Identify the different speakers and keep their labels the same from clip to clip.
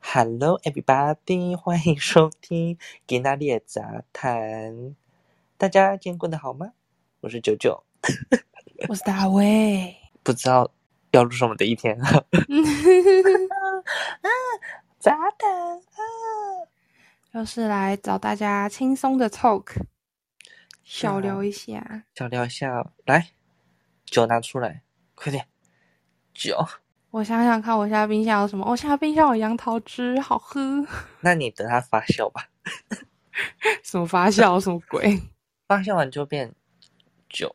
Speaker 1: Hello, everybody！欢 迎收听《吉娜列杂谈》，大家今天过得好吗？我是九九，
Speaker 2: 我是大 卫。
Speaker 1: 不知道要录什么的一天 啊！杂谈啊！
Speaker 2: 又是来找大家轻松的 talk，小聊一下。
Speaker 1: 小聊一下，来，酒拿出来，快点，酒。
Speaker 2: 我想想看，我现在冰箱有什么？我、现在冰箱有杨桃汁，好喝。
Speaker 1: 那你等它发酵吧，
Speaker 2: 什么发酵？什么鬼
Speaker 1: 发酵完就变酒。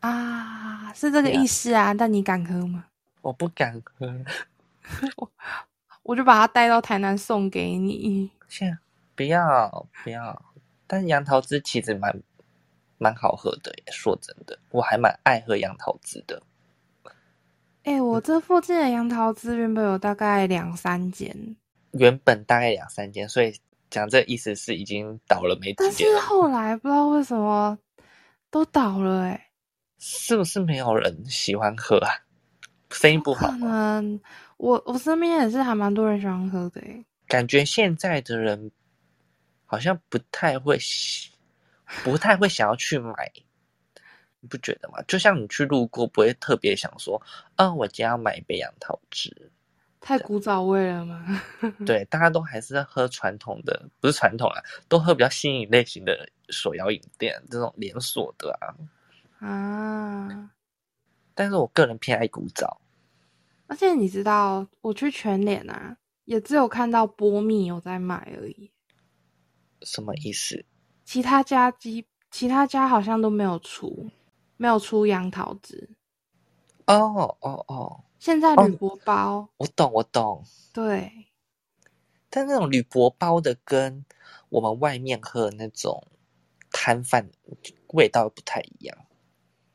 Speaker 2: 啊？是这个意思啊？但你敢喝吗？
Speaker 1: 我不敢喝，
Speaker 2: 我就把它带到台南送给你。
Speaker 1: 现在不要不要。但杨桃汁其实蛮蛮好喝的耶，说真的，我还蛮爱喝杨桃汁的。
Speaker 2: 哎、我这附近的杨桃汁原本有大概两三间，
Speaker 1: 原本大概两三间，所以讲这意思是已经倒了没几
Speaker 2: 但
Speaker 1: 间
Speaker 2: 是
Speaker 1: 了，
Speaker 2: 后来不知道为什么都倒了、哎。
Speaker 1: 是不是没有人喜欢喝啊？生意不好
Speaker 2: 可
Speaker 1: 吗，
Speaker 2: 能我我身边也是还蛮多人喜欢喝的欸诶，
Speaker 1: 感觉现在的人好像不太会喜，不太会想要去买，你不觉得吗？就像你去路过，不会特别想说，嗯，我今天要买一杯杨桃汁。
Speaker 2: 太古早味了吗？
Speaker 1: 对，大家都还是在喝传统的，不是传统啦，都喝比较新颖类型的手摇饮店这种连锁的啊。
Speaker 2: 啊！
Speaker 1: 但是我个人偏爱古早。
Speaker 2: 而且你知道，我去全联啊，也只有看到波蜜有在卖而已，
Speaker 1: 什么意思？
Speaker 2: 其他家基其他家好像都没有出，没有出杨桃汁。
Speaker 1: 哦哦哦，
Speaker 2: 现在
Speaker 1: 哦
Speaker 2: 铝箔包，
Speaker 1: 我懂我懂。
Speaker 2: 对，
Speaker 1: 但那种铝箔包的跟我们外面喝的那种摊贩味道不太一样。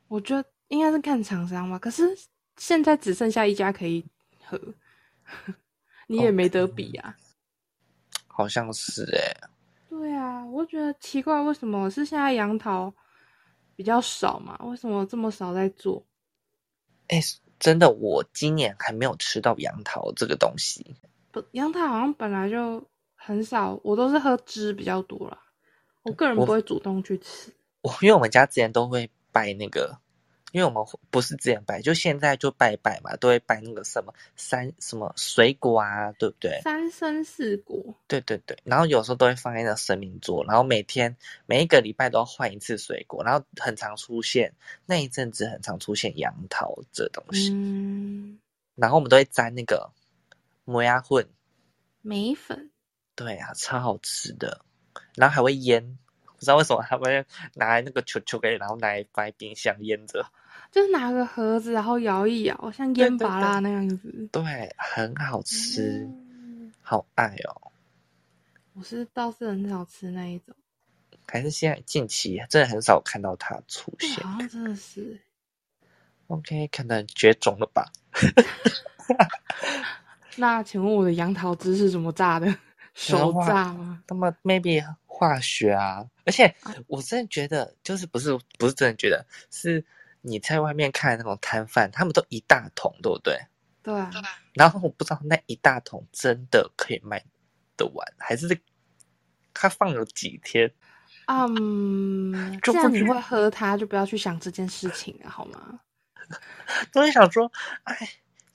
Speaker 2: 我觉得应该是看厂商吧。可是现在只剩下一家可以喝， 你
Speaker 1: 哦
Speaker 2: 也没得比啊。
Speaker 1: 好像是欸诶、
Speaker 2: 对啊，我就觉得奇怪，为什么是现在杨桃比较少嘛？为什么这么少在做？
Speaker 1: 诶、真的，我今年还没有吃到杨桃这个东西。
Speaker 2: 不，杨桃好像本来就很少，我都是喝汁比较多啦。我个人
Speaker 1: 我
Speaker 2: 不会主动去吃。
Speaker 1: 我因为我们家之前都会拜那个，因为我们会不是之前拜，就现在就拜拜嘛，都会拜那个什么山什么水果啊，对不对？
Speaker 2: 三生四果，
Speaker 1: 对对对，然后有时候都会放在那神明桌，然后每天每一个礼拜都要换一次水果，然后很常出现那一阵子很常出现杨桃这东西，
Speaker 2: 嗯，
Speaker 1: 然后我们都会沾那个摩牙混，
Speaker 2: 梅粉，
Speaker 1: 对啊，超好吃的，然后还会腌，不知道为什么他们会拿来那个球球给，然后拿来放在冰箱腌着，
Speaker 2: 就是拿个盒子，然后摇一摇，像
Speaker 1: 对
Speaker 2: 烟
Speaker 1: 对
Speaker 2: 巴拉那样子。
Speaker 1: 对，很好吃，
Speaker 2: 嗯
Speaker 1: 好爱哦，
Speaker 2: 我是倒是很少吃那一种，
Speaker 1: 还是现在近期真的很少看到它出
Speaker 2: 对，啊
Speaker 1: 现
Speaker 2: 好像真的是
Speaker 1: ，OK，可能绝种了吧。
Speaker 2: 欸。那请问我的杨桃汁是怎么榨的？手
Speaker 1: 哇
Speaker 2: 榨吗？
Speaker 1: 那么 maybe 化学啊，而且我真的觉得，就是不是不是真的觉得，是你在外面看那种摊贩，他们都一大桶，对不对？
Speaker 2: 对啊，
Speaker 1: 然后我不知道那一大桶真的可以卖得完，还是他放了几天？
Speaker 2: 啊嗯，
Speaker 1: 就
Speaker 2: 既
Speaker 1: 不
Speaker 2: 然你
Speaker 1: 知
Speaker 2: 会喝它，就不要去想这件事情了，好吗？
Speaker 1: 都会想说，哎，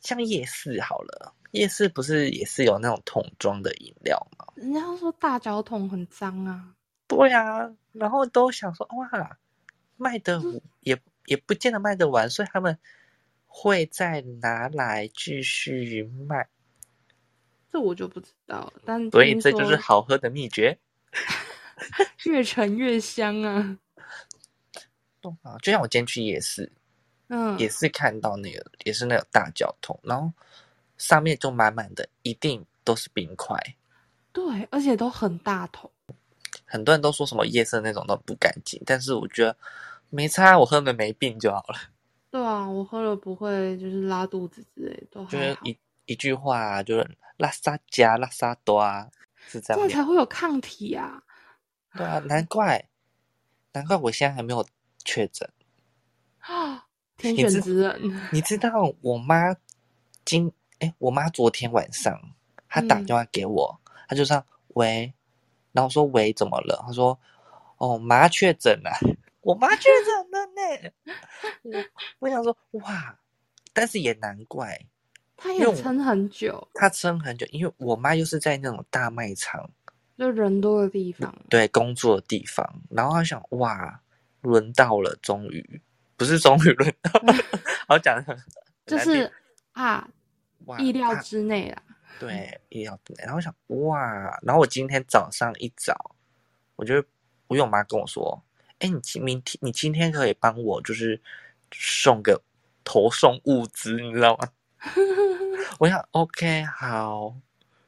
Speaker 1: 像夜市好了，夜市不是也是有那种桶装的饮料吗？
Speaker 2: 人家说大脚桶很脏啊，
Speaker 1: 对啊，然后都想说哇，卖的
Speaker 2: 嗯
Speaker 1: 也也不见得卖得完，所以他们会再拿来继续卖，
Speaker 2: 这我就不知道了。但
Speaker 1: 所以
Speaker 2: 听
Speaker 1: 这就是
Speaker 2: 说
Speaker 1: 好喝的秘诀。
Speaker 2: 越陈越香啊。
Speaker 1: 懂吗啊就像我今天去夜市，
Speaker 2: 嗯，
Speaker 1: 也是看到那个也是那个大脚桶，然后上面就满满的，一定都是冰块。
Speaker 2: 对，而且都很大桶。
Speaker 1: 很多人都说什么夜市那种都不干净，但是我觉得没差，我喝的没病就好了。
Speaker 2: 对啊，我喝了不会就是拉肚子之类，都
Speaker 1: 就
Speaker 2: 还
Speaker 1: 是
Speaker 2: 好。
Speaker 1: 一一句话、啊，就是拉萨加拉萨多啊，是这
Speaker 2: 这
Speaker 1: 样
Speaker 2: 样
Speaker 1: 念
Speaker 2: 才会有抗体啊！
Speaker 1: 对啊，难怪，难怪我现在还没有确诊。
Speaker 2: 啊，天
Speaker 1: 你
Speaker 2: 选
Speaker 1: 知
Speaker 2: 之人，
Speaker 1: 你知道我妈今哎，我妈昨天晚上他打电话给我，他就这样喂，然后我说喂怎么了？他说哦妈确诊了，我妈确诊了呢。我我想说哇，但是也难怪
Speaker 2: 他
Speaker 1: 因为
Speaker 2: 也
Speaker 1: 我
Speaker 2: 撑很久，
Speaker 1: 他撑很久，因为我妈又是在那种大卖场
Speaker 2: 就人多的地方，
Speaker 1: 对工作的地方，然后他想哇，轮到了，终于不是终于轮到 了，好讲得很
Speaker 2: 就
Speaker 1: 难听
Speaker 2: 是啊，
Speaker 1: 哇
Speaker 2: 意料
Speaker 1: 啊
Speaker 2: 之内啦。
Speaker 1: 对，意料之内。然后我想，哇！然后我今天早上一早，我就我有妈跟我说，哎，你今明天你今天可以帮我就是送个投送物资，你知道吗？我想 OK 好。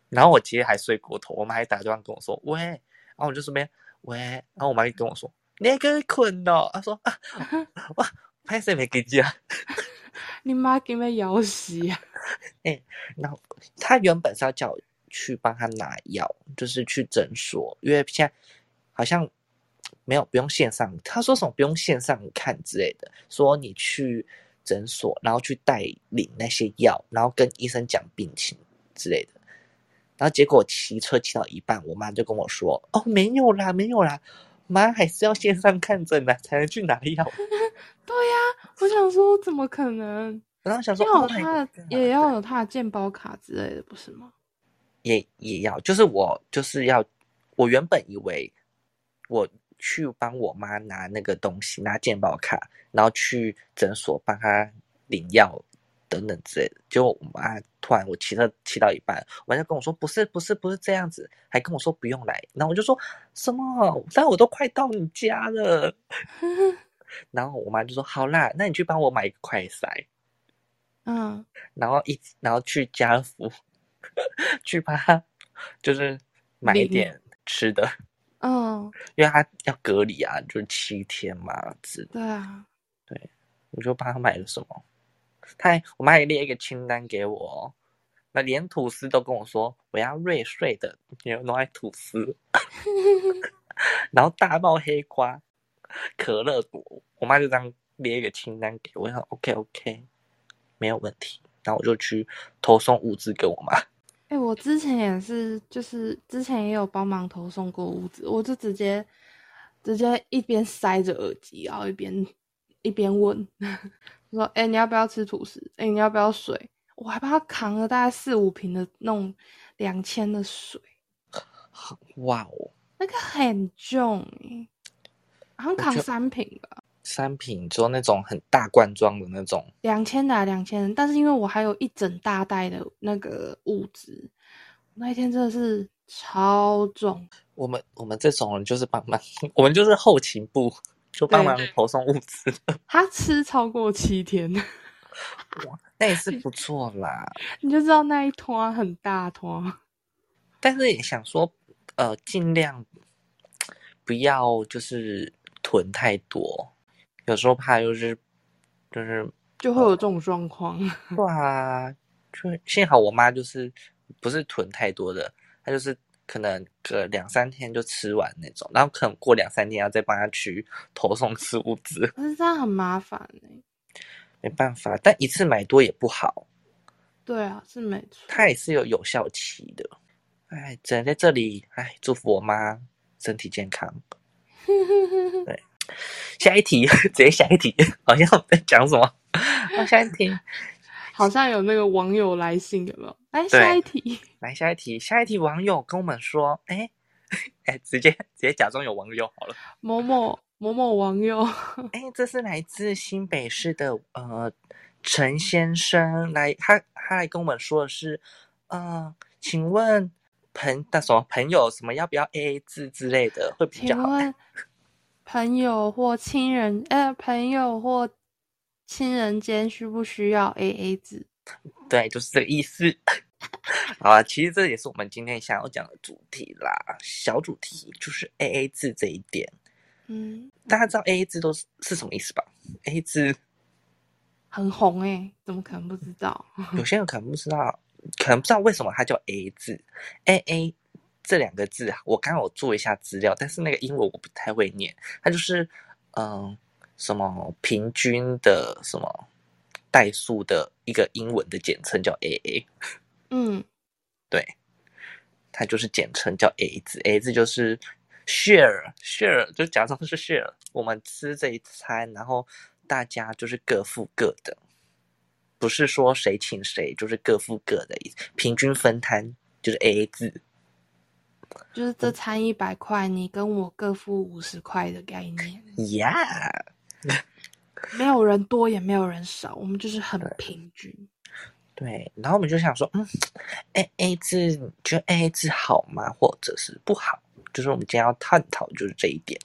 Speaker 1: 然后我其实还睡过头，我妈还打电话跟我说，喂，然后我就顺便喂，然后我妈就跟我说，那个困哦，她说啊，哇，拍谁没给啊？
Speaker 2: 你妈给没啊咬死呀？
Speaker 1: 然后他原本是要叫我去帮他拿药，就是去诊所，因为现在好像没有不用线上，他说什么不用线上看之类的，说你去诊所，然后去带领那些药，然后跟医生讲病情之类的。然后结果我骑车骑到一半，我妈就跟我说：“哦，没有啦，没有啦，妈还是要线上看诊的才能去拿药。
Speaker 2: 对呀、 我想说怎么可能？”
Speaker 1: 然后想说：“
Speaker 2: 要有
Speaker 1: 哦
Speaker 2: 他的，也要有他的健保卡之类的，不是吗？
Speaker 1: 也也要，就是我就是要，我原本以为我去帮我妈拿那个东西，拿健保卡，然后去诊所帮她领药等等之类的。结果我妈突然我骑车骑到一半，我妈就跟我说不是不是不是这样子，还跟我说不用来。然后我就说什么？但我都快到你家了。 然后我妈就说好啦，那你去帮我买一个快塞。
Speaker 2: 嗯，
Speaker 1: 然后一起然后去家乐福， 去帮他就是买一
Speaker 2: 领
Speaker 1: 点吃的，
Speaker 2: 嗯，
Speaker 1: 因为他要隔离啊，就是七天嘛，之
Speaker 2: 对啊，
Speaker 1: 我就帮他买了什么，他还我妈还列一个清单给我哦，那连吐司都跟我说我要瑞穗的牛奶吐司，然后大爆黑瓜、可乐果，我妈就这样列一个清单给我，我想 OK OK，没有问题，然后我就去投送物资给我妈。
Speaker 2: 哎、我之前也是，就是之前也有帮忙投送过屋子，我就直接直接一边塞着耳机，然后一边一边问， 说：“哎、你要不要吃吐司？哎、你要不要水？”我还帮他扛了大概四五瓶的那种两千的水，
Speaker 1: 哇哦，
Speaker 2: 那个很重、欸，好像扛三瓶吧，
Speaker 1: 三品就那种很大罐装的那种，
Speaker 2: 两千的、啊、两千，但是因为我还有一整大袋的那个物资，那一天真的是超重，
Speaker 1: 我们我们这种人就是帮忙， 我们就是后勤部，就帮忙投送物资的，
Speaker 2: 他吃超过七天，
Speaker 1: 那也是不错啦。
Speaker 2: 你就知道那一团很大团。
Speaker 1: 但是也想说，呃，尽量不要就是囤太多，有时候怕就是就是
Speaker 2: 就会有这种状况，
Speaker 1: 嗯哇，就幸好我妈就是不是囤太多的，她就是可能个两三天就吃完那种，然后可能过两三天要再帮她去投送吃物资。
Speaker 2: 可是这样很麻烦哎、
Speaker 1: 没办法，但一次买多也不好，
Speaker 2: 对啊，是没错。
Speaker 1: 它也是有有效期的。哎，只能在这里哎，祝福我妈身体健 康。下一题， 直接下一题，好像我在讲什么？好，哦下一题，
Speaker 2: 好像有那个网友来信，有没有？哎，
Speaker 1: 对
Speaker 2: 下一题，
Speaker 1: 来下一题，下一题网友跟我们说，哎哎，直接直接假装有网友好了。
Speaker 2: 某某某某网友，
Speaker 1: 哎，这是来自新北市的呃陈先生来，他他来跟我们说的是，呃，请问朋那什么朋友什么要不要 A A 制之类的会比
Speaker 2: 请
Speaker 1: 较好？
Speaker 2: 问朋友或亲人，呃，朋友或亲人间需不需要 A A 制？
Speaker 1: 对，就是这个意思。 好啊，其实这也是我们今天想要讲的主题啦，小主题就是 A A 制这一点。
Speaker 2: 嗯，
Speaker 1: 大家知道 A A 制都是是什么意思吧？A A 制
Speaker 2: 很红哎、怎么可能不知道？
Speaker 1: 有些人可能不知道，可能不知道为什么它叫 A 字，A A 这两个字啊，我刚刚有做一下资料，但是那个英文我不太会念，它就是嗯什么平均的什么代数的一个英文的简称叫 A A，
Speaker 2: 嗯，
Speaker 1: 对，它就是简称叫 A 字，A 字就是 share share，就假装是 share，我们吃这一餐，然后大家就是各付各的，不是说谁请谁，就是各付各的意思，平均分摊就是 A 字。
Speaker 2: 就是这餐一百块，你跟我各付五十块的概念，
Speaker 1: Yeah，
Speaker 2: 没有人多也没有人少，我们就是很平均。
Speaker 1: 对，然后我们就想说，嗯，A A 字，你觉得 A A 字好吗？或者是不好？就是我们今天要探讨就是这一点，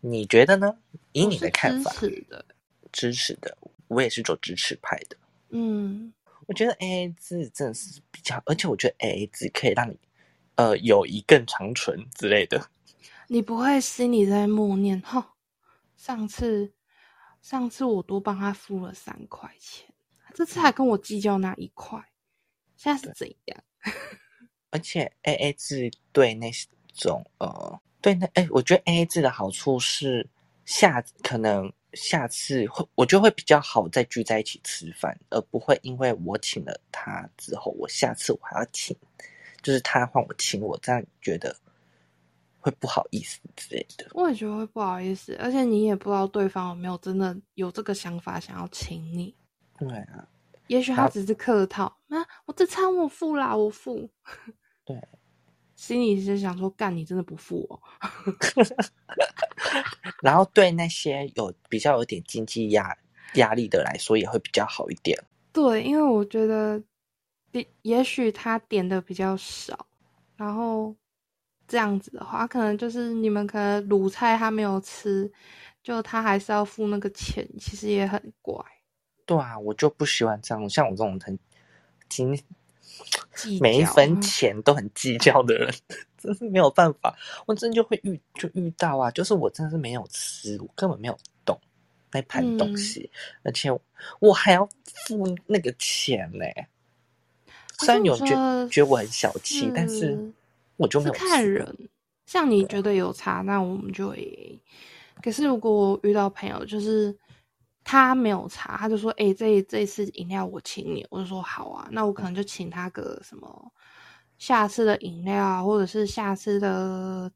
Speaker 1: 你觉得呢？以你的看法
Speaker 2: 我，是支持的，
Speaker 1: 支持的，我也是走支持派的。
Speaker 2: 嗯，
Speaker 1: 我觉得 A A 制真的是比较，而且我觉得 A A 制可以让你呃友谊更长存之类的。
Speaker 2: 你不会心里在默念哈，上次上次我多帮他付了三块钱，这次还跟我计较那一块，现在是怎样？
Speaker 1: 而且 A A 制对那种呃，对那哎，我觉得 A A 制的好处是下可能下次会，我就会比较好再聚在一起吃饭，而不会因为我请了他之后，我下次我还要请，就是他换我请我，这样觉得会不好意思之类的。
Speaker 2: 我也觉得会不好意思，而且你也不知道对方有没有真的有这个想法想要请你，
Speaker 1: 对啊，
Speaker 2: 也许他
Speaker 1: 好
Speaker 2: 只是客套，那、我这餐我付啦，我付。
Speaker 1: 对，
Speaker 2: 心里就想说，干你真的不付哦。
Speaker 1: 然后对那些有比较有点经济压压力的来说，也会比较好一点。
Speaker 2: 对，因为我觉得，比也许他点的比较少，然后这样子的话，可能就是你们可能卤菜他没有吃，就他还是要付那个钱，其实也很怪，
Speaker 1: 对啊，我就不喜欢这样，像我这种很经
Speaker 2: 计
Speaker 1: 每一
Speaker 2: 较嗯
Speaker 1: 分钱都很计较的人，真是没有办法。我真的就会遇就遇到啊，就是我真的是没有吃，我根本没有动那盘
Speaker 2: 嗯
Speaker 1: 东西，而且我还要付那个钱呢、
Speaker 2: 可
Speaker 1: 虽然
Speaker 2: 是
Speaker 1: 有
Speaker 2: 我
Speaker 1: 人
Speaker 2: 觉
Speaker 1: 觉
Speaker 2: 得
Speaker 1: 觉得我很小气，但是
Speaker 2: 是
Speaker 1: 我就没
Speaker 2: 是
Speaker 1: 有啊
Speaker 2: 看
Speaker 1: 吃
Speaker 2: 人，像你觉得有差，那我们就 AA。可是如果我遇到朋友，就是他没有差，他就说：“哎、这这一次饮料我请你。”我就说：“好啊。”那我可能就请他个什么下次的饮料啊，或者是下次的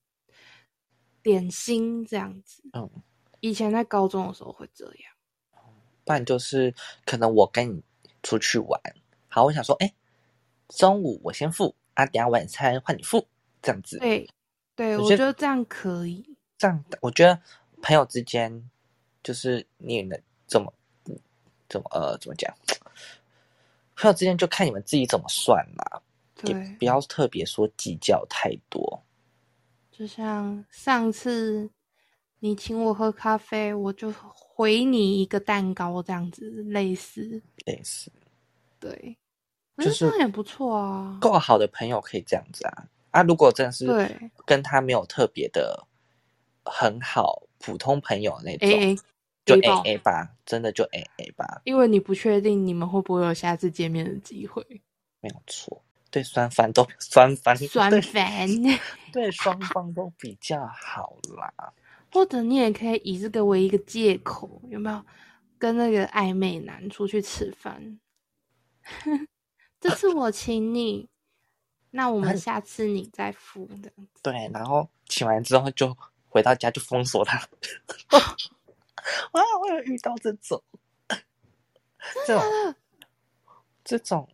Speaker 2: 点心这样子。
Speaker 1: 嗯，
Speaker 2: 以前在高中的时候会这样。
Speaker 1: 不然就是可能我跟你出去玩，好，我想说，哎、中午我先付，啊，等一下晚餐换你付，这样子。
Speaker 2: 对，对
Speaker 1: 我
Speaker 2: 我
Speaker 1: 觉
Speaker 2: 觉
Speaker 1: 得
Speaker 2: 得这样可以。
Speaker 1: 这样我觉得朋友之间就是你能怎么怎么呃怎么讲，朋友之间就看你们自己怎么算啦，也
Speaker 2: 对
Speaker 1: 不，要特别说计较太多。
Speaker 2: 就像上次你请我喝咖啡，我就回你一个蛋糕这样子，类似
Speaker 1: 类似
Speaker 2: 对，可
Speaker 1: 就是
Speaker 2: 这样也不错啊。
Speaker 1: 够好的朋友可以这样子啊啊！如果真的是
Speaker 2: 对
Speaker 1: 跟他没有特别的很好，普通朋友那种。
Speaker 2: ，A A
Speaker 1: 就
Speaker 2: A
Speaker 1: A A 吧，真的就 A A 吧，
Speaker 2: 因为你不确定你们会不会有下次见面的机会。
Speaker 1: 没有错。对双方都双方
Speaker 2: 酸
Speaker 1: 对
Speaker 2: 烦，
Speaker 1: 对双方都比较好啦。
Speaker 2: 或者你也可以以这个为一个借口，有没有？跟那个暧昧男出去吃饭， 这次我请你，那我们下次你再付这样子。
Speaker 1: 对，然后请完之后就回到家就封锁他。 哇，我有遇到这种，这种这种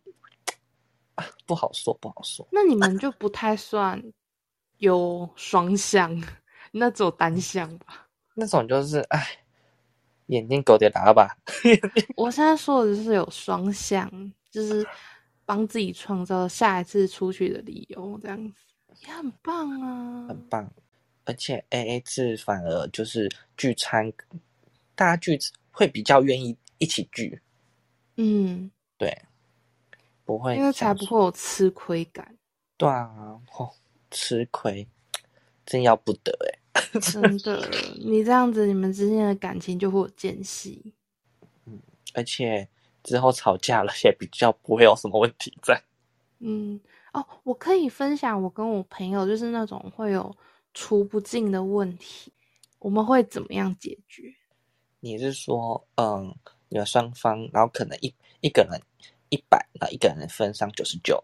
Speaker 1: 啊，不好说，不好说。
Speaker 2: 那你们就不太算有双向，那只有单向吧。
Speaker 1: 那种就是哎，眼睛狗得拉吧。
Speaker 2: 我现在说的就是有双向，就是帮自己创造下一次出去的理由，这样子也很棒啊。
Speaker 1: 很棒，而且 A A 制反而就是聚餐，大家聚会比较愿意一起聚，
Speaker 2: 嗯，
Speaker 1: 对，不会
Speaker 2: 因为才
Speaker 1: 想
Speaker 2: 不
Speaker 1: 说
Speaker 2: 会有吃亏 感，
Speaker 1: 对啊，哦，吃亏真要不得哎、
Speaker 2: 真的。你这样子，你们之间的感情就会有间隙。
Speaker 1: 而且之后吵架了也比较不会有什么问题在，
Speaker 2: 嗯，哦，我可以分享我跟我朋友就是那种会有除不尽的问题，我们会怎么样解决？
Speaker 1: 你是说嗯，你们双方然后可能一一个人一百，然后一个人分上九十九，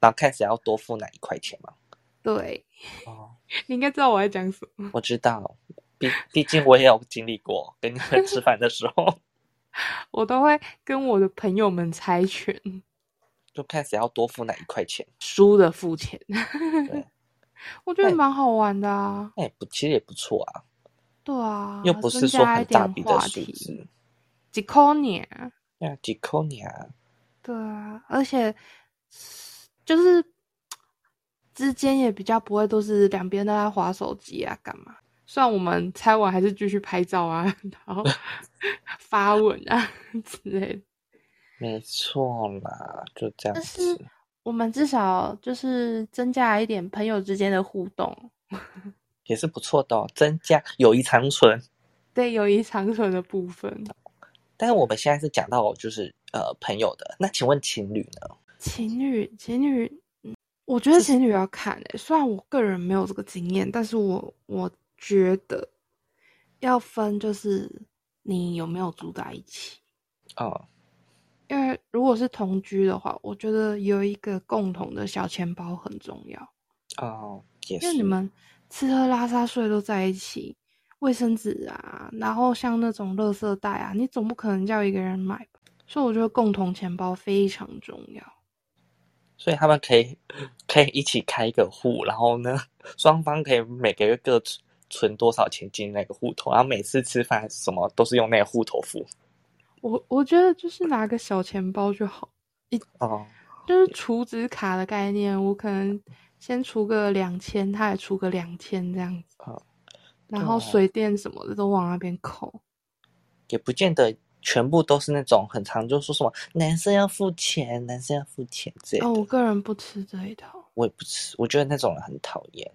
Speaker 1: 然后看谁要多付哪一块钱嘛。
Speaker 2: 对，
Speaker 1: 哦，
Speaker 2: 你应该知道我在讲什么。
Speaker 1: 我知道，毕毕竟我也有经历过，跟你们吃饭的时候，
Speaker 2: 我都会跟我的朋友们猜拳，
Speaker 1: 就看谁要多付哪一块钱。
Speaker 2: 输的付 钱。
Speaker 1: 对，
Speaker 2: 我觉得
Speaker 1: 对
Speaker 2: 蛮好玩的啊。
Speaker 1: 那也不，其实也不错啊，
Speaker 2: 对啊，
Speaker 1: 又不是
Speaker 2: 增
Speaker 1: 说
Speaker 2: 加
Speaker 1: 很
Speaker 2: 一
Speaker 1: 大
Speaker 2: 点
Speaker 1: 笔的
Speaker 2: 话
Speaker 1: 数
Speaker 2: 题
Speaker 1: 字。
Speaker 2: 几扣年啊。
Speaker 1: 对啊，几扣你啊？
Speaker 2: 对啊，而且就是之间也比较不会都是两边都在划手机啊，干嘛？虽然我们拆完还是继续拍照啊， 然后发文啊之类的。
Speaker 1: 没错啦，就这样
Speaker 2: 但是
Speaker 1: 子。
Speaker 2: 我们至少就是增加一点朋友之间的互动，
Speaker 1: 也是不错的、哦，增加友谊长存。
Speaker 2: 对友谊长存的部分。
Speaker 1: 但是我们现在是讲到就是呃朋友的，那请问情侣呢？
Speaker 2: 情侣，情侣，嗯我觉得情侣要看诶、虽然我个人没有这个经验，但是我我觉得要分，就是你有没有住在一起。
Speaker 1: 哦，
Speaker 2: 因为如果是同居的话，我觉得有一个共同的小钱包很重要，
Speaker 1: 哦，也
Speaker 2: 因
Speaker 1: 是
Speaker 2: 为你们吃喝拉撒睡都在一起，卫生纸啊，然后像那种垃圾袋啊，你总不可能叫一个人买吧，所以我觉得共同钱包非常重要。
Speaker 1: 所以他们可以可以一起开一个户，然后呢， 双方可以每个月各存存多少钱进那个户头，然后每次吃饭什么都是用那个户头付。
Speaker 2: 我我觉得就是拿个小钱包就好，
Speaker 1: 哦，
Speaker 2: 就是储值卡的概念。我可能先储个两千，他也储个两千这样子，
Speaker 1: 哦
Speaker 2: 然后
Speaker 1: 对啊
Speaker 2: 水电什么的都往那边扣。
Speaker 1: 也不见得全部都是那种很常就说什么男生要付钱，男生要付钱之类的。
Speaker 2: 哦，我个人不吃这一套，
Speaker 1: 我也不吃，我觉得那种人很讨厌，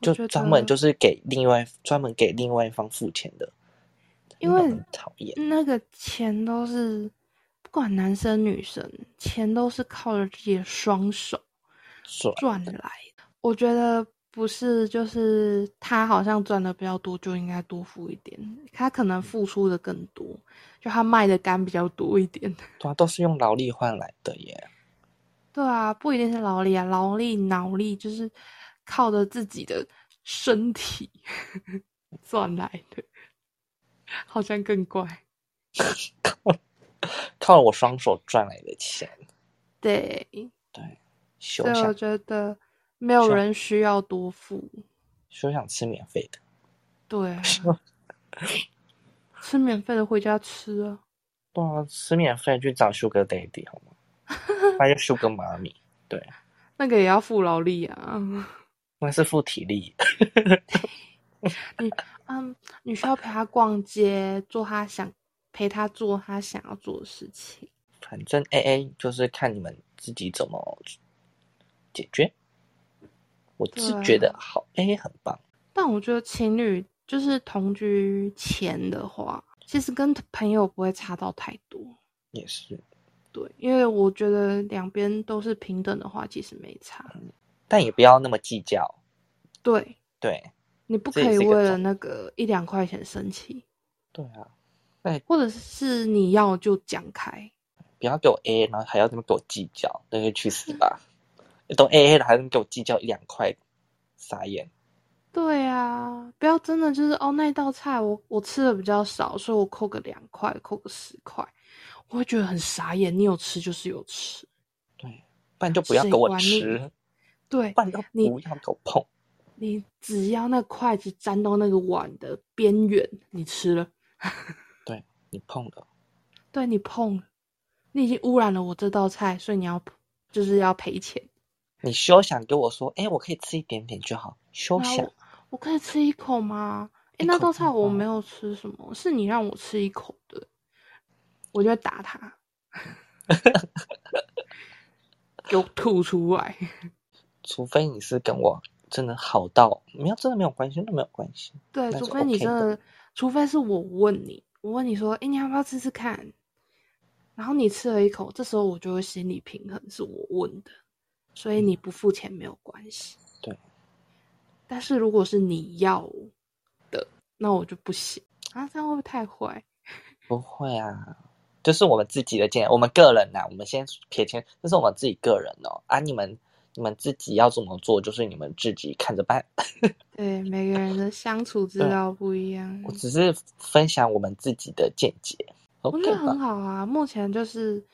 Speaker 2: 我
Speaker 1: 就
Speaker 2: 觉
Speaker 1: 专门
Speaker 2: 得
Speaker 1: 就是给另外专门给另外一方付钱的，
Speaker 2: 因
Speaker 1: 那种
Speaker 2: 为
Speaker 1: 很讨厌。
Speaker 2: 那个钱都是不管男生女生，钱都是靠着自己的双手
Speaker 1: 是吧
Speaker 2: 赚来的。我觉得不是，就是他好像赚的比较多，就应该多付一点。他可能付出的更多，就他卖的肝比较多一点。
Speaker 1: 对啊，都是用劳力换来的耶。
Speaker 2: 对啊，不一定是劳力啊，劳力、脑力就是靠着自己的身体 赚来的，好像更怪。
Speaker 1: 靠我双手赚来的钱，
Speaker 2: 对，
Speaker 1: 休
Speaker 2: 所以我
Speaker 1: 想
Speaker 2: 觉得没有
Speaker 1: 想
Speaker 2: 人需要多付。
Speaker 1: 休想吃免费的。
Speaker 2: 对啊，吃免费的回家吃啊。
Speaker 1: 对啊，吃免费去找 Sugar Daddy 好吗？那就 Sugar 妈咪，对，
Speaker 2: 那个也要付劳力啊，
Speaker 1: 那是付体力。
Speaker 2: 嗯，你需要陪他逛街，做他想陪他做他想要做的事情。
Speaker 1: 反正 AA 就是看你们自己怎么解决。我是
Speaker 2: 对啊
Speaker 1: 觉得好 AA 很棒。
Speaker 2: 但我觉得情侣就是同居前的话，其实跟朋友不会差到太多。
Speaker 1: 也是，
Speaker 2: 对，因为我觉得两边都是平等的话，其实没差。
Speaker 1: 但也不要那么计较。
Speaker 2: 对，
Speaker 1: 对，
Speaker 2: 你不
Speaker 1: 这
Speaker 2: 可
Speaker 1: 也
Speaker 2: 以
Speaker 1: 是一个
Speaker 2: 为了
Speaker 1: 重
Speaker 2: 那个一两块钱生气，
Speaker 1: 对啊，
Speaker 2: 或者是你要就讲开。
Speaker 1: 不要给我 AA，然后还要这么给我计较，那就去死吧！都 AA 了，还能给我计较一两块，傻眼。
Speaker 2: 对啊，不要真的就是哦，那道菜我我吃的比较少，所以我扣个两块，扣个十块，我会觉得很傻眼。你有吃就是有吃，
Speaker 1: 对，不然就不要
Speaker 2: 谁
Speaker 1: 给我
Speaker 2: 管你
Speaker 1: 吃，
Speaker 2: 对
Speaker 1: 不然就
Speaker 2: 你
Speaker 1: 不要给我碰。
Speaker 2: 你只要那筷子沾到那个碗的边缘，你吃了，
Speaker 1: 你碰了，
Speaker 2: 对你碰了，你已经污染了我这道菜，所以你要就是要赔钱。
Speaker 1: 你休想跟我说，哎，我可以吃一点点就好。休
Speaker 2: 那
Speaker 1: 想
Speaker 2: 我，我可以吃一口吗？诶，
Speaker 1: 一
Speaker 2: 那
Speaker 1: 口哦
Speaker 2: 道菜
Speaker 1: 就
Speaker 2: 我
Speaker 1: 好
Speaker 2: 没有吃什么，是你让我吃一口的，我就会 打他，给我吐出来。
Speaker 1: 除非你是跟我真的好到没有，真的没有关系，那没有关系。
Speaker 2: 对，
Speaker 1: 那
Speaker 2: 除
Speaker 1: 是
Speaker 2: 非你
Speaker 1: OK
Speaker 2: 真
Speaker 1: 的
Speaker 2: 的，除非是我问你，我问你说，诶，你要不要吃吃看？然后你吃了一口，这时候我就会心理平衡，是我问的，所以你不付钱没有关系。
Speaker 1: 嗯对。
Speaker 2: 但是如果是你要的，那我就不行啊，这样会不会太坏？
Speaker 1: 不会啊，就是我们自己的建议，我们个人呐、我们先撇清，这是我们自己个人哦。啊，你们你们自己要怎么做，就是你们自己看着办。
Speaker 2: 对，每个人的相处之
Speaker 1: 对啊
Speaker 2: 道不一样。
Speaker 1: 我只是分享我们自己的见解
Speaker 2: 我
Speaker 1: ，OK
Speaker 2: 觉得
Speaker 1: 吧
Speaker 2: 很？好啊。目前就是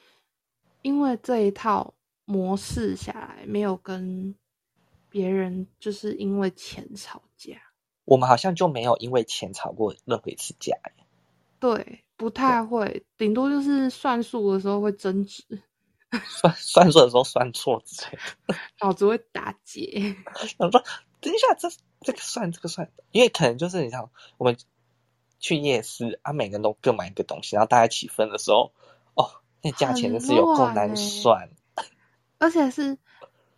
Speaker 2: 因为这一套模式下来，没有跟别人就是因为钱吵架，
Speaker 1: 我们好像就没有因为钱吵过任何一次架，
Speaker 2: 对，不太会，顶多就是算数的时候会争执，
Speaker 1: 算算错的时候算错之类的。
Speaker 2: 脑子会打结。
Speaker 1: 想说，呃等一下，这这个算这个算，因为可能就是你想，我们去夜市啊，每个人都各买一个东西，然后大家一起分的时候，哦，那价钱真是有够难算。
Speaker 2: 而且是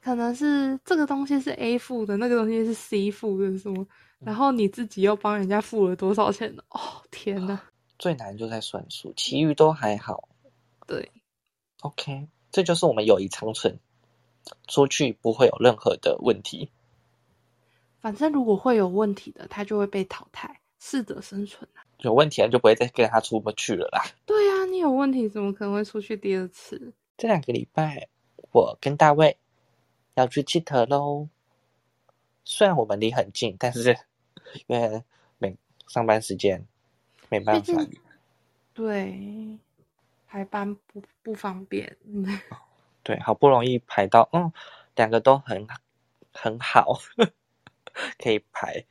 Speaker 2: 可能是这个东西是 A 付的，那个东西是 C 付的什么，然后你自己又帮人家付了多少钱？哦，天哪！
Speaker 1: 最难就在算数，其余都还好。
Speaker 2: 对，
Speaker 1: OK，这就是我们友谊长存，出去不会有任何的问题。
Speaker 2: 反正如果会有问题的，他就会被淘汰，适者生存啊。
Speaker 1: 有问题了就不会再跟他出不去了啦。
Speaker 2: 对啊，你有问题怎么可能会出去第二次？
Speaker 1: 这两个礼拜，我跟大卫要去记得喽。虽然我们离很近，但是因为每上班时间没
Speaker 2: 毕
Speaker 1: 办法
Speaker 2: 竟，对排班不不方便。
Speaker 1: 对，好不容易排到，嗯，两个都很很好， 可以排。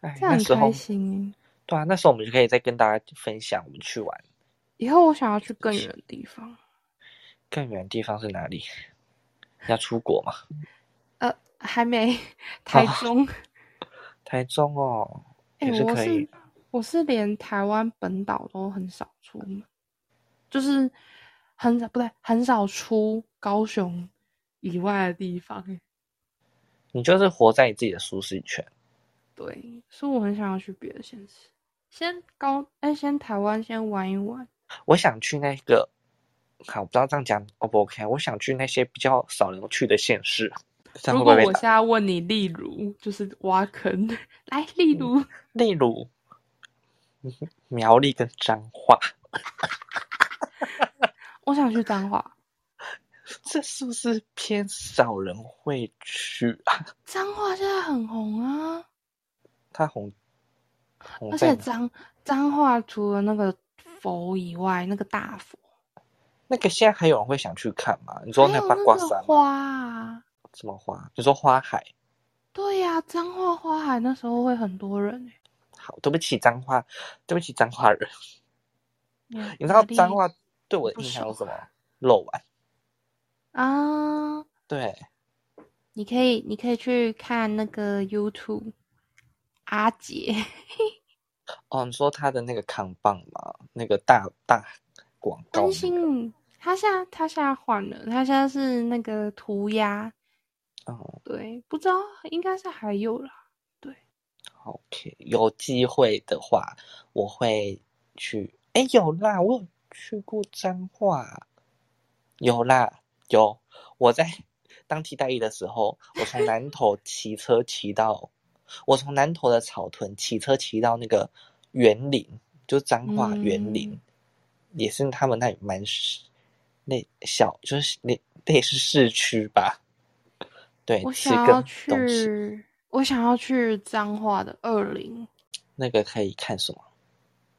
Speaker 1: 哎，
Speaker 2: 这
Speaker 1: 那
Speaker 2: 样很
Speaker 1: 时候
Speaker 2: 开心欸。
Speaker 1: 对啊，那时候我们就可以再跟大家分享我们去玩
Speaker 2: 以后我想要去更远的地方。
Speaker 1: 更远的地方是哪里？要出国嘛？
Speaker 2: 呃，还没， 台中。
Speaker 1: 台中哦，
Speaker 2: 哎、
Speaker 1: 也是
Speaker 2: 我
Speaker 1: 可以
Speaker 2: 是我是连台湾本岛都很少出门，就是很少不对，很少出高雄以外的地方。哎
Speaker 1: 你就是活在你自己的舒适圈。
Speaker 2: 对，所以我很想要去别的县市，先高哎、先台湾先玩一玩。
Speaker 1: 我想去那个，好，我不知道这样讲 O 不 OK？我想去那些比较少人去的县市，这样
Speaker 2: 如
Speaker 1: 会不
Speaker 2: 果我
Speaker 1: 会被
Speaker 2: 现
Speaker 1: 打？
Speaker 2: 在问你，例如就是挖坑，来，例
Speaker 1: 嗯
Speaker 2: 如
Speaker 1: 例如嗯苗栗跟彰化，
Speaker 2: 我想去彰化，
Speaker 1: 这是不是偏少人会去啊？
Speaker 2: 彰化现在很红啊。
Speaker 1: 它红，红
Speaker 2: 而
Speaker 1: 在
Speaker 2: 且
Speaker 1: 哪
Speaker 2: 彰彰化除了那个佛以外，那个大佛，
Speaker 1: 那个现在还有人会想去看吗？你说
Speaker 2: 还有
Speaker 1: 八卦
Speaker 2: 那个
Speaker 1: 山
Speaker 2: 花
Speaker 1: 吗？
Speaker 2: 啊，
Speaker 1: 什么花？你说花海？
Speaker 2: 对呀、彰化花海那时候会很多人、欸。
Speaker 1: 好，对不起彰化，对不起彰化人。
Speaker 2: 你
Speaker 1: 你知道
Speaker 2: 哪里
Speaker 1: 彰化对我的
Speaker 2: 不
Speaker 1: 印象
Speaker 2: 熟
Speaker 1: 是什么？肉丸。
Speaker 2: 啊？
Speaker 1: 对，
Speaker 2: 你可以，你可以去看那个 YouTube 阿杰，
Speaker 1: 哦，你说他的那个扛棒嘛，那个大大广告
Speaker 2: 更
Speaker 1: 那个，
Speaker 2: 新他现在他现在换了，他现在是那个涂鸦，
Speaker 1: 嗯
Speaker 2: 对，不知道应该是还有啦。
Speaker 1: ，OK，有机会的话我会去。哎，有啦，我有去过彰化，有啦，有。我在 当替代役的时候，我从南头骑车骑到，我从南头的草屯骑车骑到那个园林，就彰化园林，
Speaker 2: 嗯
Speaker 1: 也是他们那里蛮市那小，就是那类似市区吧。对，
Speaker 2: 我
Speaker 1: 吃
Speaker 2: 想
Speaker 1: 个
Speaker 2: 要
Speaker 1: 东西，
Speaker 2: 去，我想要去彰化的二林，
Speaker 1: 那个可以看 什么？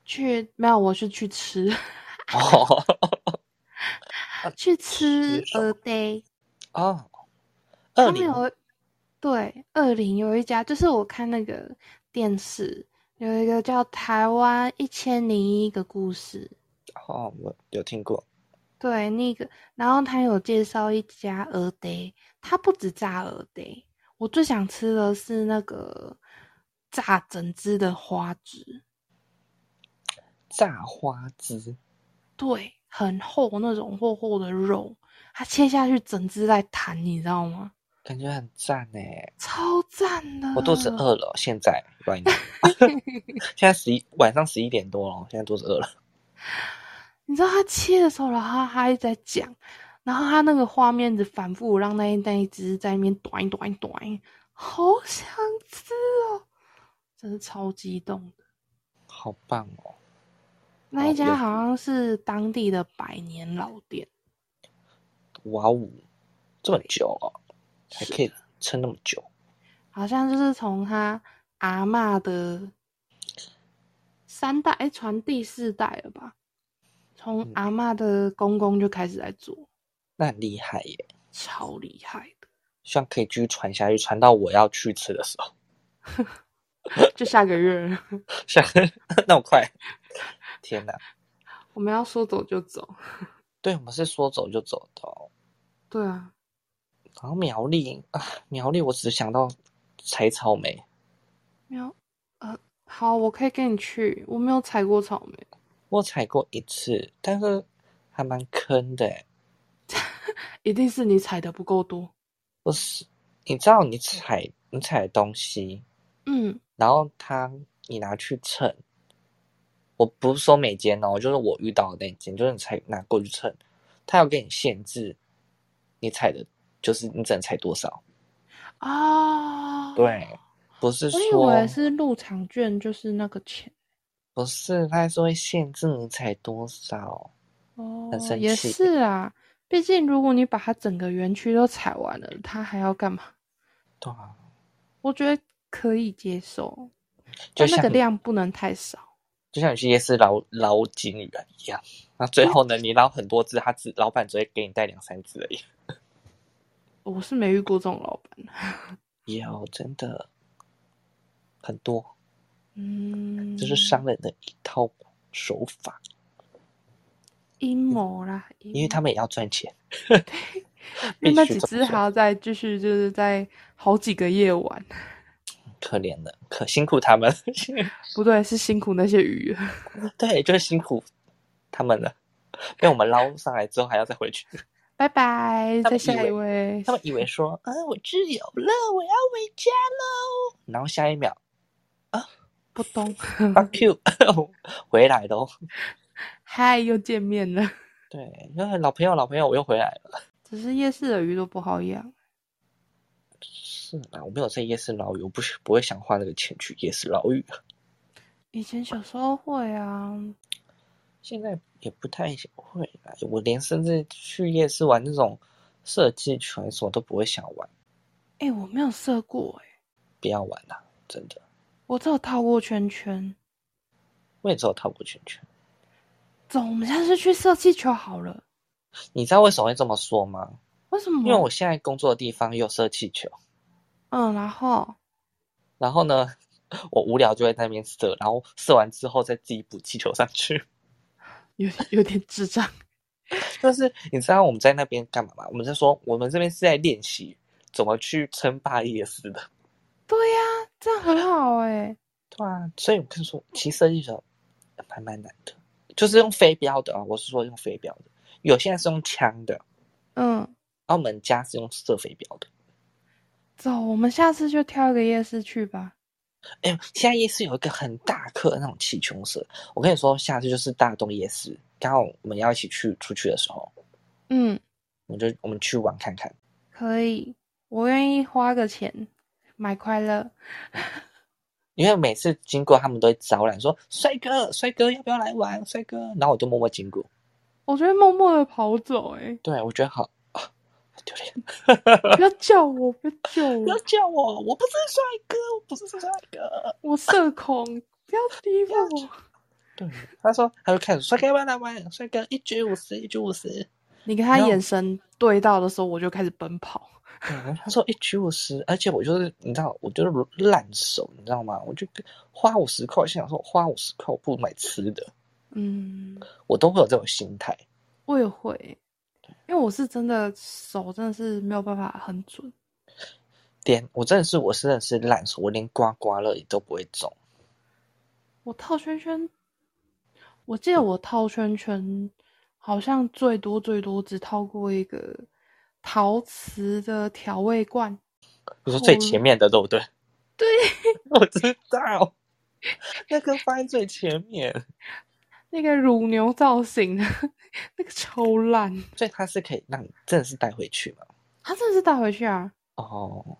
Speaker 2: 去没有，我是去吃，
Speaker 1: 哦
Speaker 2: 去
Speaker 1: 啊
Speaker 2: 吃
Speaker 1: 吃什么
Speaker 2: 鹅呆。
Speaker 1: 哦，二
Speaker 2: 他们
Speaker 1: 零
Speaker 2: 有对二零有一家，就是我看那个电视有一个叫《台湾一千零一个故事》，
Speaker 1: 哦，我有听过。
Speaker 2: 对那个，然后他有介绍一家鹅呆，它不止炸鹅呆，我最想吃的是那个炸整只的花枝，
Speaker 1: 炸花枝，
Speaker 2: 对，很厚那种厚厚的肉，它切下去整只在弹，你知道吗？
Speaker 1: 感觉很赞呢。
Speaker 2: 超赞的！
Speaker 1: 我肚子饿了，现在 right now，现在 十一晚上十一点多了，现在肚子饿了。
Speaker 2: 你知道他切的时候，然后他一直在讲，然后他那个画面的反复让那一那一只在那边短一短一短一，好想吃哦，真是超激动的。
Speaker 1: 好棒哦！
Speaker 2: 那一
Speaker 1: 哦
Speaker 2: 家
Speaker 1: 有
Speaker 2: 好像是当地的百年老店，
Speaker 1: 哇哦，这么久哦，还可以撑那么久，
Speaker 2: 好像就是从他阿嬷的三代，哎、传第四代了吧？从
Speaker 1: 嗯
Speaker 2: 阿嬷的公公就开始在做，
Speaker 1: 那很厉害耶！
Speaker 2: 超厉害
Speaker 1: 希望可以继续传下去，传到我要去吃的时候。
Speaker 2: 的。就下个月了
Speaker 1: 想 那么快？天哪！
Speaker 2: 我们要说走就走。
Speaker 1: 对我们是说走就走的、哦。
Speaker 2: 对啊，
Speaker 1: 然后苗栗啊，苗栗，我只想到采草莓。
Speaker 2: 没有，呃，好，我可以跟你去。我没有采过草莓，
Speaker 1: 我采过一次，但是还蛮坑的欸。
Speaker 2: 一定是你采的不够多。
Speaker 1: 我是你知道你采你采的东西，
Speaker 2: 嗯，
Speaker 1: 然后它你拿去称，我不是说每间哦，就是我遇到的那间，就是你采拿过去称，它要给你限制，你采的就是你只能采多少。
Speaker 2: 哦啊、
Speaker 1: 对，不是
Speaker 2: 我
Speaker 1: 说
Speaker 2: 以为是入场券，就是那个钱。
Speaker 1: 不是，它是会限制你采多少。
Speaker 2: 哦
Speaker 1: 很，生
Speaker 2: 也
Speaker 1: 气
Speaker 2: 是啊，毕竟如果你把它整个园区都采完了，它还要干嘛？
Speaker 1: 对啊，
Speaker 2: 我觉得可以接受，
Speaker 1: 就
Speaker 2: 但那个
Speaker 1: 像
Speaker 2: 量不能太少。
Speaker 1: 就像有些夜市捞捞金鱼啊一样，那最后呢，你捞很多只，他只老板只会给你带两三只而已。
Speaker 2: 我是没遇过这种老 板。
Speaker 1: 有真的很多，
Speaker 2: 嗯，
Speaker 1: 这是商人的一套手法，
Speaker 2: 阴谋啦，阴
Speaker 1: 因为他
Speaker 2: 谋
Speaker 1: 们也要赚钱。
Speaker 2: 因为
Speaker 1: 必
Speaker 2: 那
Speaker 1: 须
Speaker 2: 几
Speaker 1: 这么
Speaker 2: 只还
Speaker 1: 做
Speaker 2: 要再继续，就是在好几个夜晚，
Speaker 1: 可怜的，可辛苦他们。
Speaker 2: 不对，是辛苦那些鱼了。
Speaker 1: 对，就是辛苦他们了。被我们捞上来之后，还要再回去。
Speaker 2: 拜拜，
Speaker 1: 他们
Speaker 2: 再
Speaker 1: 以
Speaker 2: 下一位
Speaker 1: 他。们以为说，啊，我自由了，我要回家喽。然后下一秒
Speaker 2: 不懂，
Speaker 1: ，fuck you，回来喽。
Speaker 2: 嗨，又见面了。
Speaker 1: 对，因为老朋友，老朋友，我又回来了。
Speaker 2: 只是夜市的鱼都不好养，
Speaker 1: 是啊，我没有在夜市捞鱼，我不是不会想花那个钱去夜市捞鱼，啊
Speaker 2: 以前小时候会啊，
Speaker 1: 现在也不太会啦。我连甚至去夜市玩那种射击拳什么都不会想玩，
Speaker 2: 哎、我没有射过、哎，
Speaker 1: 不要玩啦，真的。
Speaker 2: 我只有套过圈圈。
Speaker 1: 我也只有套过圈圈。
Speaker 2: 走，我们下次去射气球好了。
Speaker 1: 你知道为什么会这么说吗？
Speaker 2: 为什么？
Speaker 1: 因为我现在工作的地方有射气球，
Speaker 2: 嗯，然后
Speaker 1: 然后呢， 我无聊就会在那边射，然后射完之后再自己补气球上去。
Speaker 2: 有有点智障，
Speaker 1: 就是你知道我们在那边干嘛吗？我们在说我们这边是在练习怎么去称霸夜市的。
Speaker 2: 对呀、 这样很好哎、
Speaker 1: 对啊，所以我跟你说，其实设计手还蛮难的，就是用飞镖的啊、我是说用飞镖的，有些人是用枪的，
Speaker 2: 嗯，
Speaker 1: 澳门家是用射飞镖的。
Speaker 2: 走，我们下次就挑一个夜市去吧。
Speaker 1: 哎、现在夜市有一个很大颗的那种气球社，我跟你说，下次就是大东夜市，刚好我们要一起去出去的时候，
Speaker 2: 嗯，
Speaker 1: 我们就我们去玩看看。
Speaker 2: 可以，我愿意花个钱买快乐。
Speaker 1: 因为每次经过，他们都会招揽说：“帅哥，帅哥，要不要来玩？帅哥。”然后我就默默经过，
Speaker 2: 我就会默默的跑走、欸，
Speaker 1: 对我觉得好啊，好丢脸，
Speaker 2: 哎，不要叫我，不要叫
Speaker 1: 不要
Speaker 2: 我，
Speaker 1: 叫我，我不是帅哥，我不是帅哥。
Speaker 2: 我社恐，不要欺负我。
Speaker 1: 对，他说他就开始帅哥要不要来玩？帅哥一局五十，一局五十。
Speaker 2: 你跟他
Speaker 1: 没有
Speaker 2: 眼神对到的时候，我就开始奔跑。
Speaker 1: 对，他说一局五十，而且我就是你知道，我就是烂手，你知道吗？我就花五十块，心想说花五十块我不如买吃的，
Speaker 2: 嗯，
Speaker 1: 我都会有这种心态。
Speaker 2: 我也会欸，因为我是真的手真的是没有办法很准。
Speaker 1: 连我真的是我真的是烂手，我连刮刮乐也都不会中。
Speaker 2: 我套圈圈，我记得我套圈圈好像最多最多只套过一个陶瓷的调味罐，
Speaker 1: 你说
Speaker 2: 好
Speaker 1: 最
Speaker 2: 了
Speaker 1: 前面的对不对？
Speaker 2: 对，
Speaker 1: 我知道，那个放在最前面，
Speaker 2: 那个乳牛造型的，那个超烂，
Speaker 1: 所以它是可以让你真的是带回去嘛？
Speaker 2: 他真的是带回去啊！
Speaker 1: 哦，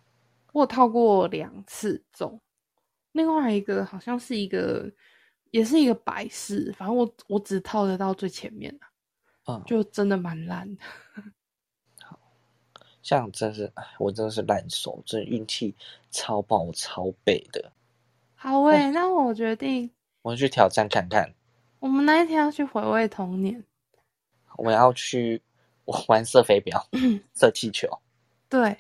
Speaker 2: 我有套过两次中，另外一个好像是一个也是一个百事，反正我我只套得到最前面啊
Speaker 1: 嗯，
Speaker 2: 就真的蛮烂的。
Speaker 1: 像真是，哎，我真的是烂手，真的运气超爆超背的。
Speaker 2: 好诶、
Speaker 1: 哦
Speaker 2: 那我决定，
Speaker 1: 我去挑战看看，
Speaker 2: 我们那一天要去回味童年。
Speaker 1: 我要去我玩射飞镖、射气球，
Speaker 2: 对，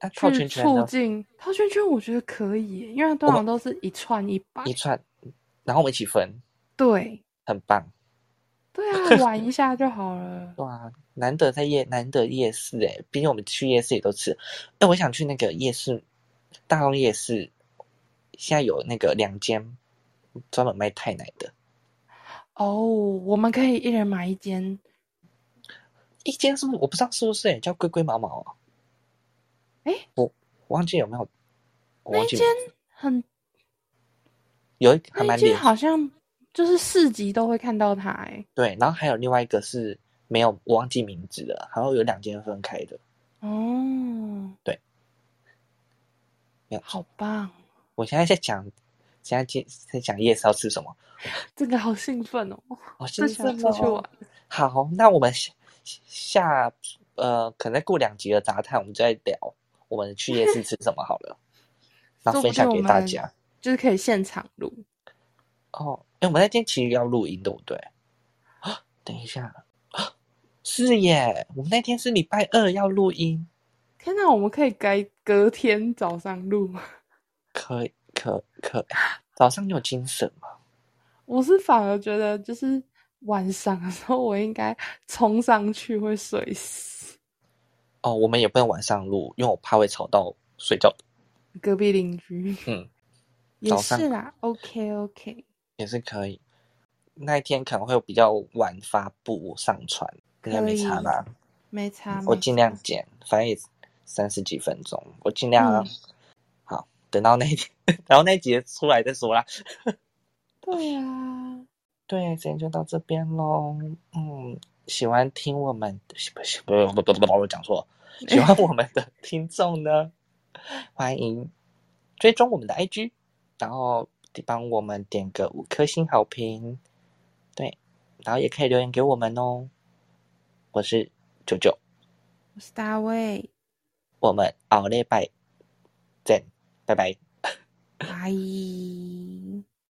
Speaker 1: 那套
Speaker 2: 去
Speaker 1: 圈圈
Speaker 2: 促
Speaker 1: 呢？
Speaker 2: 进套圈圈，我觉得可以耶，因为它通常都是一串一百。
Speaker 1: 一串，然后我们一起分，
Speaker 2: 对，
Speaker 1: 很棒。
Speaker 2: 对 啊，玩一下就好了。
Speaker 1: 哇，啊难得在夜，难得夜市哎、毕竟我们去夜市也都吃。哎，我想去那个夜市，大东夜市，现在有那个两间专门卖太奶的，
Speaker 2: 哦、我们可以一人买一间，
Speaker 1: 一间是不是我不知道是不是哎、叫龟龟毛毛哦、
Speaker 2: 诶
Speaker 1: 我我忘记有没有，我
Speaker 2: 那
Speaker 1: 忘
Speaker 2: 一
Speaker 1: 记
Speaker 2: 间很，
Speaker 1: 有一个还
Speaker 2: 那
Speaker 1: 蛮
Speaker 2: 一间
Speaker 1: 廉
Speaker 2: 好像就是市集都会看到它欸诶。
Speaker 1: 对，然后还有另外一个是没有，我忘记名字了，好像有两间分开的，
Speaker 2: 哦，
Speaker 1: 没有错。
Speaker 2: 好棒，
Speaker 1: 我现在在讲，现在在在讲夜市要吃什么，
Speaker 2: 这个好兴奋哦，
Speaker 1: 我现
Speaker 2: 最
Speaker 1: 在
Speaker 2: 想出去玩。
Speaker 1: 哦好，那我们下下呃，可能再过两集的杂谈，我们再聊我们去夜市吃什么好 了，然后分享给大家。
Speaker 2: 就是可以现场录。
Speaker 1: 哦，哎，我们那天其实要录音，对不对？啊，等一下，啊，是耶，我们那天是礼拜二要录音，
Speaker 2: 天哪，我们可以改隔天早上录吗？
Speaker 1: 可可可，早上你有精神吗？
Speaker 2: 我是反而觉得，就是晚上的时候，我应该冲上去会睡死。
Speaker 1: 哦，我们也不能晚上录，因为我怕会吵到睡觉。
Speaker 2: 隔壁邻居
Speaker 1: 嗯，
Speaker 2: 也
Speaker 1: 早上
Speaker 2: 是啦，OK OK，
Speaker 1: 也是可以。那一天可能会比较晚发布上传，应该没差
Speaker 2: 可以
Speaker 1: 吧？
Speaker 2: 没差。
Speaker 1: 我
Speaker 2: 没
Speaker 1: 尽
Speaker 2: 差
Speaker 1: 量剪，反正也三十几分钟，我尽量啊、
Speaker 2: 嗯
Speaker 1: 好，等到那一天， 然后那一集出来再说啦。
Speaker 2: 对啊，
Speaker 1: 对，今天就到这边喽。嗯，喜欢听我们的，不是不是不不不不，我讲错了。喜欢我们的听众呢，欢迎追踪我们的 IG，然后帮我们点个五颗星好评，对，然后也可以留言给我们哦。我是九九，
Speaker 2: 我是大卫，
Speaker 1: 我们奥利拜，见，拜拜。
Speaker 2: 拜。